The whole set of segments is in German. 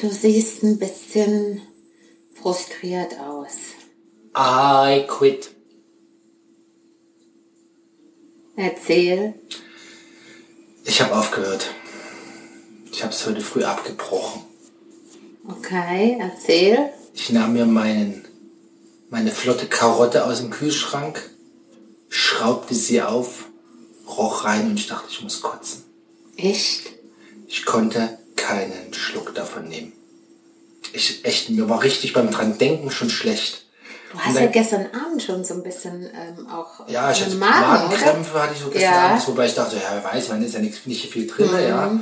Du siehst ein bisschen frustriert aus. I quit. Erzähl. Ich habe aufgehört. Ich habe es heute früh abgebrochen. Okay, erzähl. Ich nahm mir meinen, meine flotte Karotte aus dem Kühlschrank, schraubte sie auf, roch rein und ich dachte, ich muss kotzen. Echt? Ich konnte keinen Schluck davon nehmen. Ich, echt, mir war richtig beim dran denken schon schlecht. Du hast dann- ja gestern Abend schon so ein bisschen ähm, auch Ja, ich einen hatte Magen, oder? Magenkrämpfe, hatte ich so gestern Ja. Mhm. abends, wobei ich dachte, ja, wer weiß, man ist ja nicht, nicht viel drin, ja.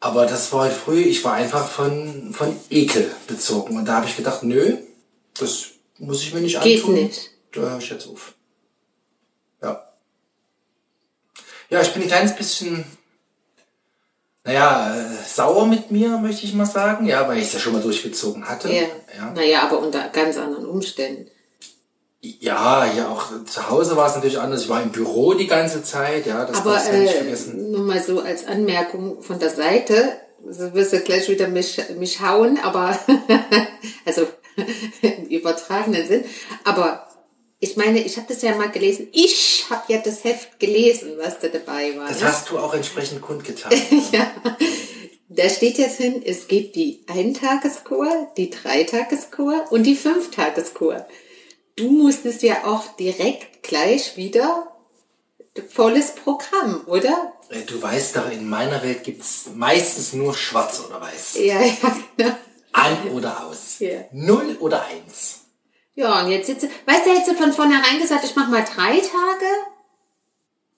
Aber das war heute früh, ich war einfach von, von Ekel bezogen. Und da habe ich gedacht, nö, das muss ich mir nicht Geht antun. nicht. Da höre ich jetzt auf. Ja. Ja, ich bin ein kleines bisschen, naja, äh, sauer mit mir, möchte ich mal sagen. Ja, weil ich es ja schon mal durchgezogen hatte. Ja. Ja. Naja, aber unter ganz anderen Umständen. Ja, hier auch zu Hause war es natürlich anders. Ich war im Büro die ganze Zeit, ja, das Aber darfst du ja nicht äh, vergessen. nur mal so als Anmerkung von der Seite, so wirst du gleich wieder mich, mich hauen, aber also im übertragenen Sinn. Aber ich meine, ich habe das ja mal gelesen. Ich habe ja das Heft gelesen, was da dabei war. Das ne? hast du auch entsprechend kundgetan. Äh, Da steht jetzt hin, es gibt die Eintageskur, die Dreitageskur und die Fünftageskur. Du musstest ja auch direkt gleich wieder volles Programm, oder? Äh, du weißt doch, in meiner Welt gibt's meistens nur schwarz oder weiß. Ja, ja, genau. An oder aus. Ja. Null oder eins. Ja, und jetzt sitze, weißt du, hättest du von vornherein gesagt, ich mach mal drei Tage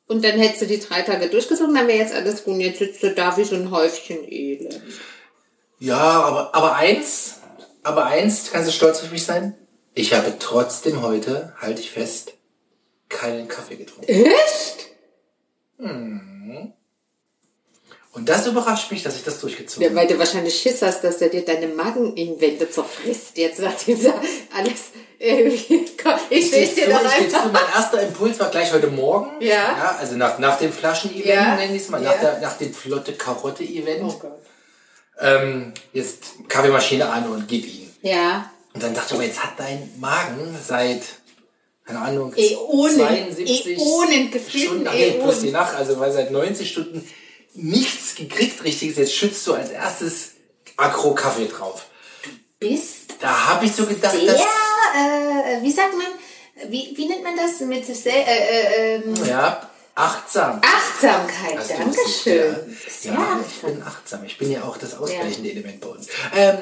und dann hättest du die drei Tage durchgezogen, dann wäre jetzt alles gut. Und Jetzt sitzt du da wie so ein Häufchen Elend. Ja, aber, aber eins, aber eins, kannst du stolz auf mich sein? Ich habe trotzdem heute, halte ich fest, keinen Kaffee getrunken. Äh. Echt? Und das überrascht mich, dass ich das durchgezogen Ja, habe. weil du wahrscheinlich Schiss hast, dass er dir deine Mageninwände zerfrisst. Jetzt sagt ihm da alles irgendwie. Komm, ich seh's Ich dir gebe doch zu, ich gebe zu, einfach. mein erster Impuls war gleich heute Morgen. Ja. also nach, nach dem Flaschen-Event, Ja. nenne ich es mal, Ja. nach, der, nach dem Flotte-Karotte-Event. Oh Gott. Ähm, jetzt Kaffeemaschine an und gib ihn. Ja. Und dann dachte ich, aber jetzt hat dein Magen seit, keine Ahnung, Äonen, 72 Äonen, gefühlten Stunden, nee, plus Äonen. die Nacht, also weil seit 90 Stunden nichts gekriegt richtiges, jetzt schützt du als erstes Agro-Kaffee drauf. Bist Da habe ich so gedacht, sehr, das, äh, wie sagt man, wie, wie nennt man das mit sich sel- äh, äh, ähm, ja, achtsam. Achtsamkeit. Hast du das nicht, Dankeschön. Ja, Sehr ja ich achtsam. bin achtsam. Ich bin ja auch das ausgleichende Element bei uns. Ähm,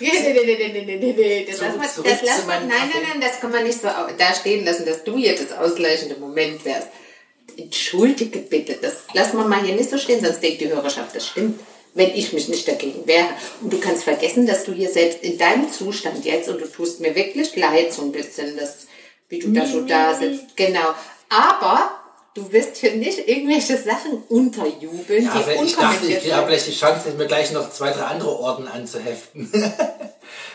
Nee, nee, nee, nee, nee, nee, nee, nee. Das So, lass man, zurück das zu lass man, meinem nein, nein, Kaffee. nein, das kann man nicht so au- da stehen lassen, dass du hier das ausgleichende Moment wärst. Entschuldige bitte, das lassen wir mal hier nicht so stehen, sonst denkt die Hörerschaft, das stimmt, wenn ich mich nicht dagegen wehre. Und du kannst vergessen, dass du hier selbst in deinem Zustand jetzt, und du tust mir wirklich leid so ein bisschen, dass, wie du da so da sitzt, genau. Aber du wirst hier nicht irgendwelche Sachen unterjubeln, ja, die also ich dachte, unkommentiert ich habe sind. vielleicht die Chance, mir gleich noch zwei, drei andere Orden anzuheften.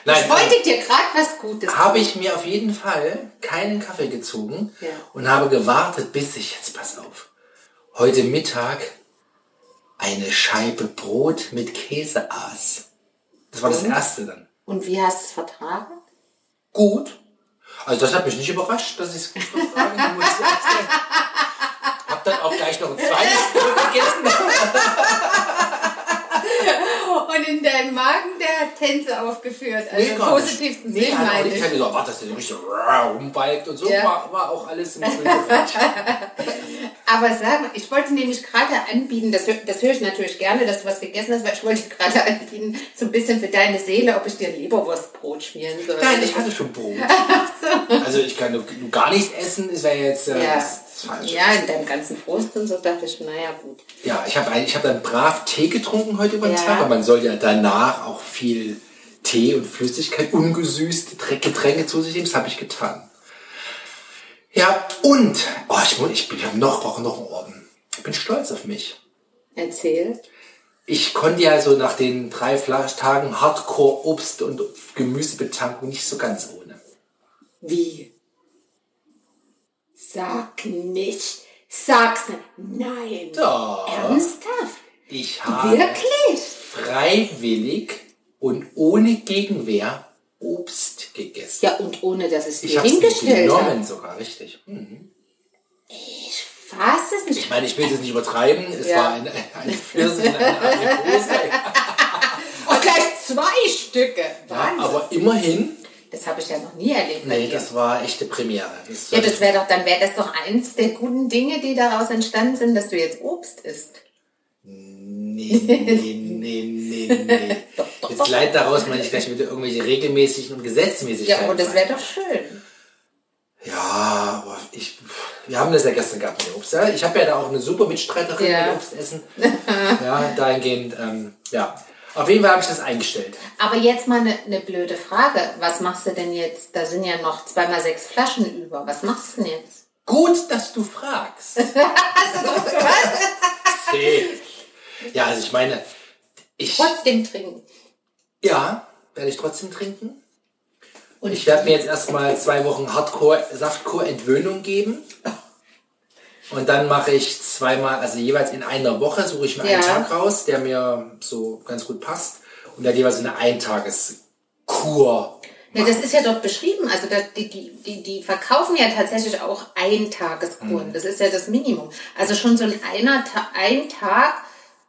Nein, Ich wollte dir gerade was Gutes habe ich mir auf jeden Fall keinen Kaffee gezogen Ja. und habe gewartet, bis ich, jetzt pass auf, heute Mittag eine Scheibe Brot mit Käse aß. Das war das Erste dann. Und wie hast du es vertragen? gut. Also das hat mich nicht überrascht, dass ich es gut vertragen muss. Hab dann auch gleich noch ein zweites Brot gegessen. Oh, Und in deinem Magen, der hat Tänze aufgeführt. Also Nee, im gar nicht. positivsten Nee, Sinn hat auch meine nicht. Ich ich. hatte gesagt, warte, dass der so richtig rumbalgt und so Ja. war, war auch alles im grünen Bereich. Aber sag mal, ich wollte nämlich gerade anbieten, das, hö- das höre ich natürlich gerne, dass du was gegessen hast, weil ich wollte gerade anbieten, so ein bisschen für deine Seele, ob ich dir ein Leberwurstbrot schmieren soll. Nein, ich hatte schon Brot. Also ich kann nur, nur gar nichts essen, ist ja jetzt äh, ja. das, das Falsche. ja, in deinem ganzen Frust und so dachte ich, naja, gut. Ja, ich habe ich hab dann brav Tee getrunken heute über den Ja. Tag, aber man soll ja danach auch viel Tee und Flüssigkeit, ungesüßte Tre- Getränke zu sich nehmen. Das habe ich getan. Ja, und, oh, ich, mu- ich, bin- ich habe noch, brauche noch einen Orden. Ich bin stolz auf mich. Erzähl. Ich konnte ja so nach den drei Flasch Tagen Hardcore Obst- und Gemüsebetankung nicht so ganz ohne. Wie? Sag nicht. Sag's nicht. Nein. Doch. Ernsthaft? Ich habe Wirklich? freiwillig und ohne Gegenwehr Obst gegessen. Ja, und ohne, dass es Ich dir habe es hingestellt hat. genommen sogar, richtig. Ich fasse es nicht. Ich meine, ich will es jetzt nicht übertreiben. Es Ja. war eine, eine Pfirsich in einer Aprikose. Und Oh, gleich zwei Stücke. Ja, Wahnsinn. aber immerhin, das habe ich ja noch nie erlebt bei nee, dir. das war echte Premiere. Das Ja, das wäre doch, dann wäre das doch eins der guten Dinge, die daraus entstanden sind, dass du jetzt Obst isst. nee, nee, nee, nee, nee. Jetzt leid daraus, meine ich gleich wieder irgendwelche regelmäßigen und Ja, Gesetzmäßigkeiten. aber das ein. wäre doch schön. Ja, aber ich, wir haben das ja gestern gehabt mit Obst. Ja? Ich habe ja da auch eine super Mitstreiterin Ja. mit Obstessen. ja, dahingehend, ähm, ja. Auf jeden Fall habe ich das eingestellt. Aber jetzt mal eine ne blöde Frage. Was machst du denn jetzt? Da sind ja noch zweimal sechs Flaschen über. Was machst du denn jetzt? Gut, dass du fragst. See. Ja, also ich meine, ich, Trotzdem trinken. ja, werde ich trotzdem trinken. Und Ich werde mir jetzt erstmal zwei Wochen Hardcore, Saftcore Entwöhnung geben. Und dann mache ich zweimal, also jeweils in einer Woche suche ich mir einen Ja. Tag raus, der mir so ganz gut passt. Und dann jeweils eine Eintageskur. Ja, das ist ja dort beschrieben. Also da, die, die, die, die verkaufen ja tatsächlich auch Eintageskuren. Mhm. Das ist ja das Minimum. Also schon so ein, einer, Ta- ein Tag.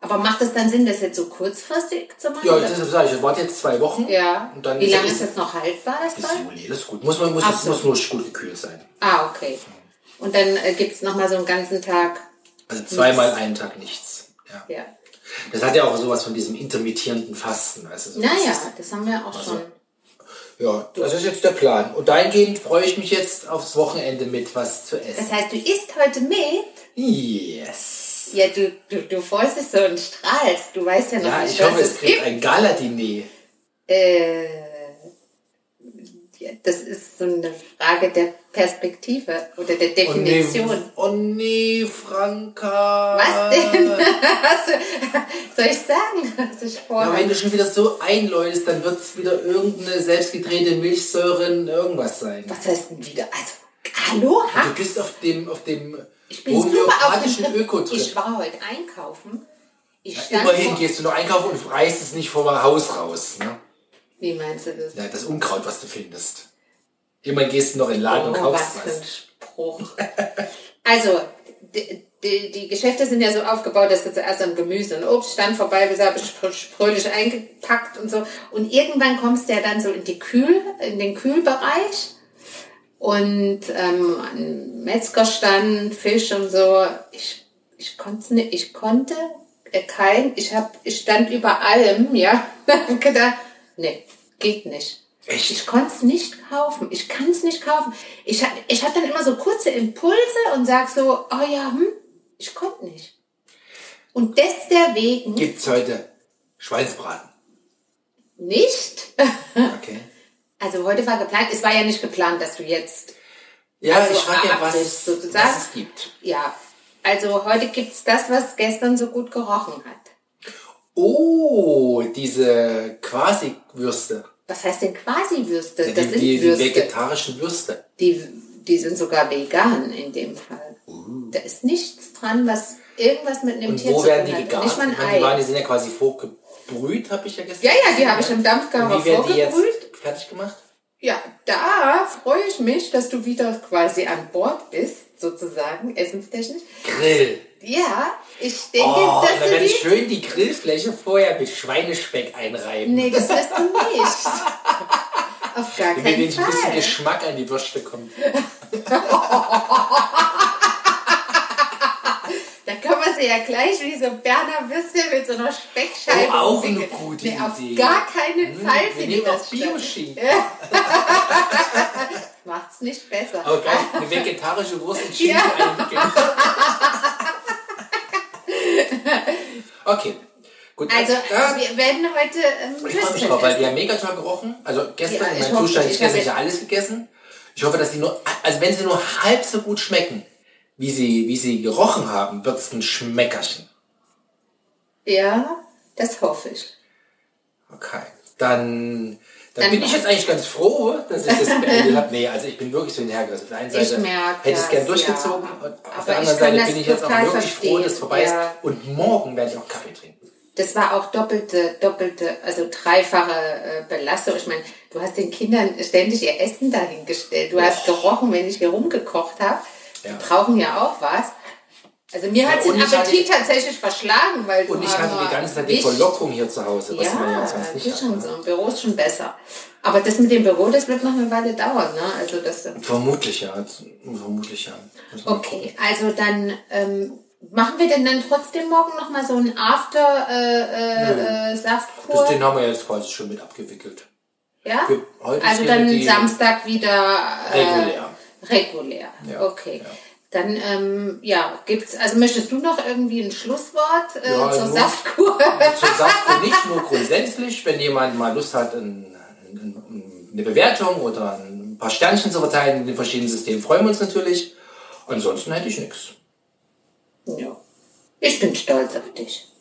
Aber macht es dann Sinn, das jetzt so kurzfristig zu machen? Ja, deshalb sage ich, ich warte jetzt zwei Wochen. ja. Und dann Wie lange es- ist das noch haltbar, das Bis Zeug? Juli, das ist gut. Muss, man, muss, Ach so. muss nur gut gekühlt sein. Ah, okay. Und dann äh, gibt's noch mal so einen ganzen Tag. Also zweimal einen Tag nichts. Ja. Ja. Das hat ja auch sowas von diesem intermittierenden Fasten. Weißt du, so Naja, das ist- Also- das haben wir auch schon. Ja, das ist jetzt der Plan. Und dahingehend freue ich mich jetzt aufs Wochenende mit was zu essen. Das heißt, du isst heute mit. Yes. Ja, du, du, du freust dich so und strahlst. Du weißt ja noch Ja, nicht, ich was hoffe, es kriegt ein Gala-Diner. Äh, ja, das ist so eine Frage der Perspektive oder der Oh nee, Definition. oh nee, Franka. Was denn? Was soll ich sagen, was ich Ja, wenn vorhabe? du schon wieder so einläutest, dann wird es wieder irgendeine selbstgedrehte Milchsäure in irgendwas sein. was heißt denn wieder? Also, hallo? Ha? Du bist auf dem, auf dem Ah. Ich bin super auf homöopathischen Ich Ökotrip. war heute einkaufen. Ich stand Immerhin vor- gehst du noch einkaufen und reißt es nicht vor meinem Haus raus. Ne? Wie meinst du das? Ja, das Unkraut, was du findest. Immerhin gehst du noch in den Laden und Oh, was kaufst für was. ein Spruch. Also, die, die, die Geschäfte sind ja so aufgebaut, dass du zuerst am Gemüse und Obst stand vorbei bist, habe ich fr- fröhlich eingepackt und so. Und irgendwann kommst du ja dann so in, die Kühl, in den Kühlbereich und ähm, an Metzgerstand, Fisch und so. Ich, ich, konnt's ni- ich konnte äh, kein, ich, hab, ich stand über allem, ja, und gedacht, nee, geht nicht. Echt? Ich konnte es nicht kaufen. Ich kann es nicht kaufen. Ich, hab- ich habe dann immer so kurze Impulse und sag so, oh ja, hm, ich konnte nicht. Und deswegen Gibt's heute Schweinsbraten. nicht. Okay. Also heute war geplant, es war ja nicht geplant, dass du jetzt, Ja, Also ich frage ja, was, abartig es- sozusagen. was es gibt. ja, also heute gibt's das, was gestern so gut gerochen hat. Oh, diese Quasi-Würste. Was heißt denn Quasi-Würste? Ja, das die, sind die, die Würste. vegetarischen Würste. die, die sind sogar vegan in dem Fall. Da ist nichts dran, was irgendwas mit einem Uh. Und Tier wo zu werden die tun hat. gegart? Nicht mal Ich ein meine, die, waren, Ei. die sind ja quasi vorgebrüht, habe ich ja gesagt. Ja, ja, die habe ich im Dampfgarer Wie werden die vorgebrüht. jetzt fertig gemacht? Ja, da freue ich mich, dass du wieder quasi an Bord bist, sozusagen, essenstechnisch. Grill. Ja, ich denke, Oh, dass dann du werde ich die... schön die Grillfläche vorher mit Schweinespeck einreiben. Nee, das wirst du nicht. Auf gar Damit keinen wenigstens ein bisschen Fall. Geschmack an die Würste kommt. Da können wir sie ja gleich wie so Berner Würste mit so einer Speckscheibe... Oh, auch eine umwickeln. gute nee, auf Idee. Hm, gar keinen Fall Mm, Wir finde ich nehmen auch das statt. Bio-Schinken. Macht's nicht besser. Okay, Oh, eine vegetarische Wurst in Schinken einwickeln. okay, gut. Also, ja, wir werden heute ähm, ich freue mich Würstchen drauf, weil die essen. haben mega toll gerochen. Also Ja, gestern in ich meinem hoffe, Zustand, ich ich gestern habe- ich ja alles gegessen. Ich hoffe, dass die nur, also wenn sie nur halb so gut schmecken, wie sie, wie sie gerochen haben, wird's ein Schmeckerchen. Ja, das hoffe ich. Okay, dann... Dann, Dann- bin ich jetzt eigentlich ganz froh, dass ich das beendet habe. Nee, also ich bin wirklich so hinhergerissen. Auf der einen Ich Seite merk hätte ich es das, gern durchgezogen ja. und auf Aber der ich anderen kann Seite das bin ich jetzt auch total wirklich froh, dass es verstehen, vorbei ist. ja. Und morgen werde ich auch Kaffee trinken. das war auch doppelte, doppelte, also dreifache äh, Belastung. Ich meine, du hast den Kindern ständig ihr Essen dahingestellt. Du hast gerochen, wenn ich hier rumgekocht habe. Ja. Die brauchen ja auch was. Also mir hat und den ich hatte- Appetit tatsächlich verschlagen, weil du Und ich mal hatte nur die ganze Zeit die Wicht- Verlockung hier zu Hause, was man Ja, ja das sonst ist nicht hat. schon Ne? so. Im Büro ist schon besser. Aber das mit dem Büro, das wird noch eine Weile dauern. Ne? Also das, Vermutlich ja, vermutlich ja. Muss man okay, also dann ähm, machen wir denn dann trotzdem morgen nochmal so einen äh, After-Saftkur? Das, den haben wir jetzt quasi schon mit abgewickelt. Ja? Ge- heute also ist ja dann die- Samstag wieder äh, Regulär. Regulär. Ja, Okay. ja. Dann ähm, ja, gibt's also möchtest du noch irgendwie ein Schlusswort äh, Ja, zur nur- Saftkur? Zur Sache nicht nur grundsätzlich, wenn jemand mal Lust hat, ein, ein, eine Bewertung oder ein paar Sternchen zu verteilen in den verschiedenen Systemen, freuen wir uns natürlich. Ansonsten hätte ich nichts. ja. Ich bin stolz auf dich.